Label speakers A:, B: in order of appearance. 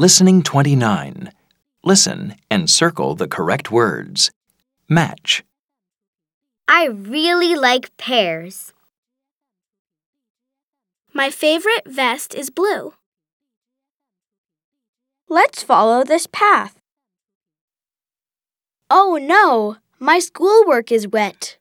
A: Listening 29. Listen and circle the correct words. Match.
B: I really like pears.
C: My favorite vest is blue.
D: Let's follow this path.
C: Oh no, my schoolwork is wet.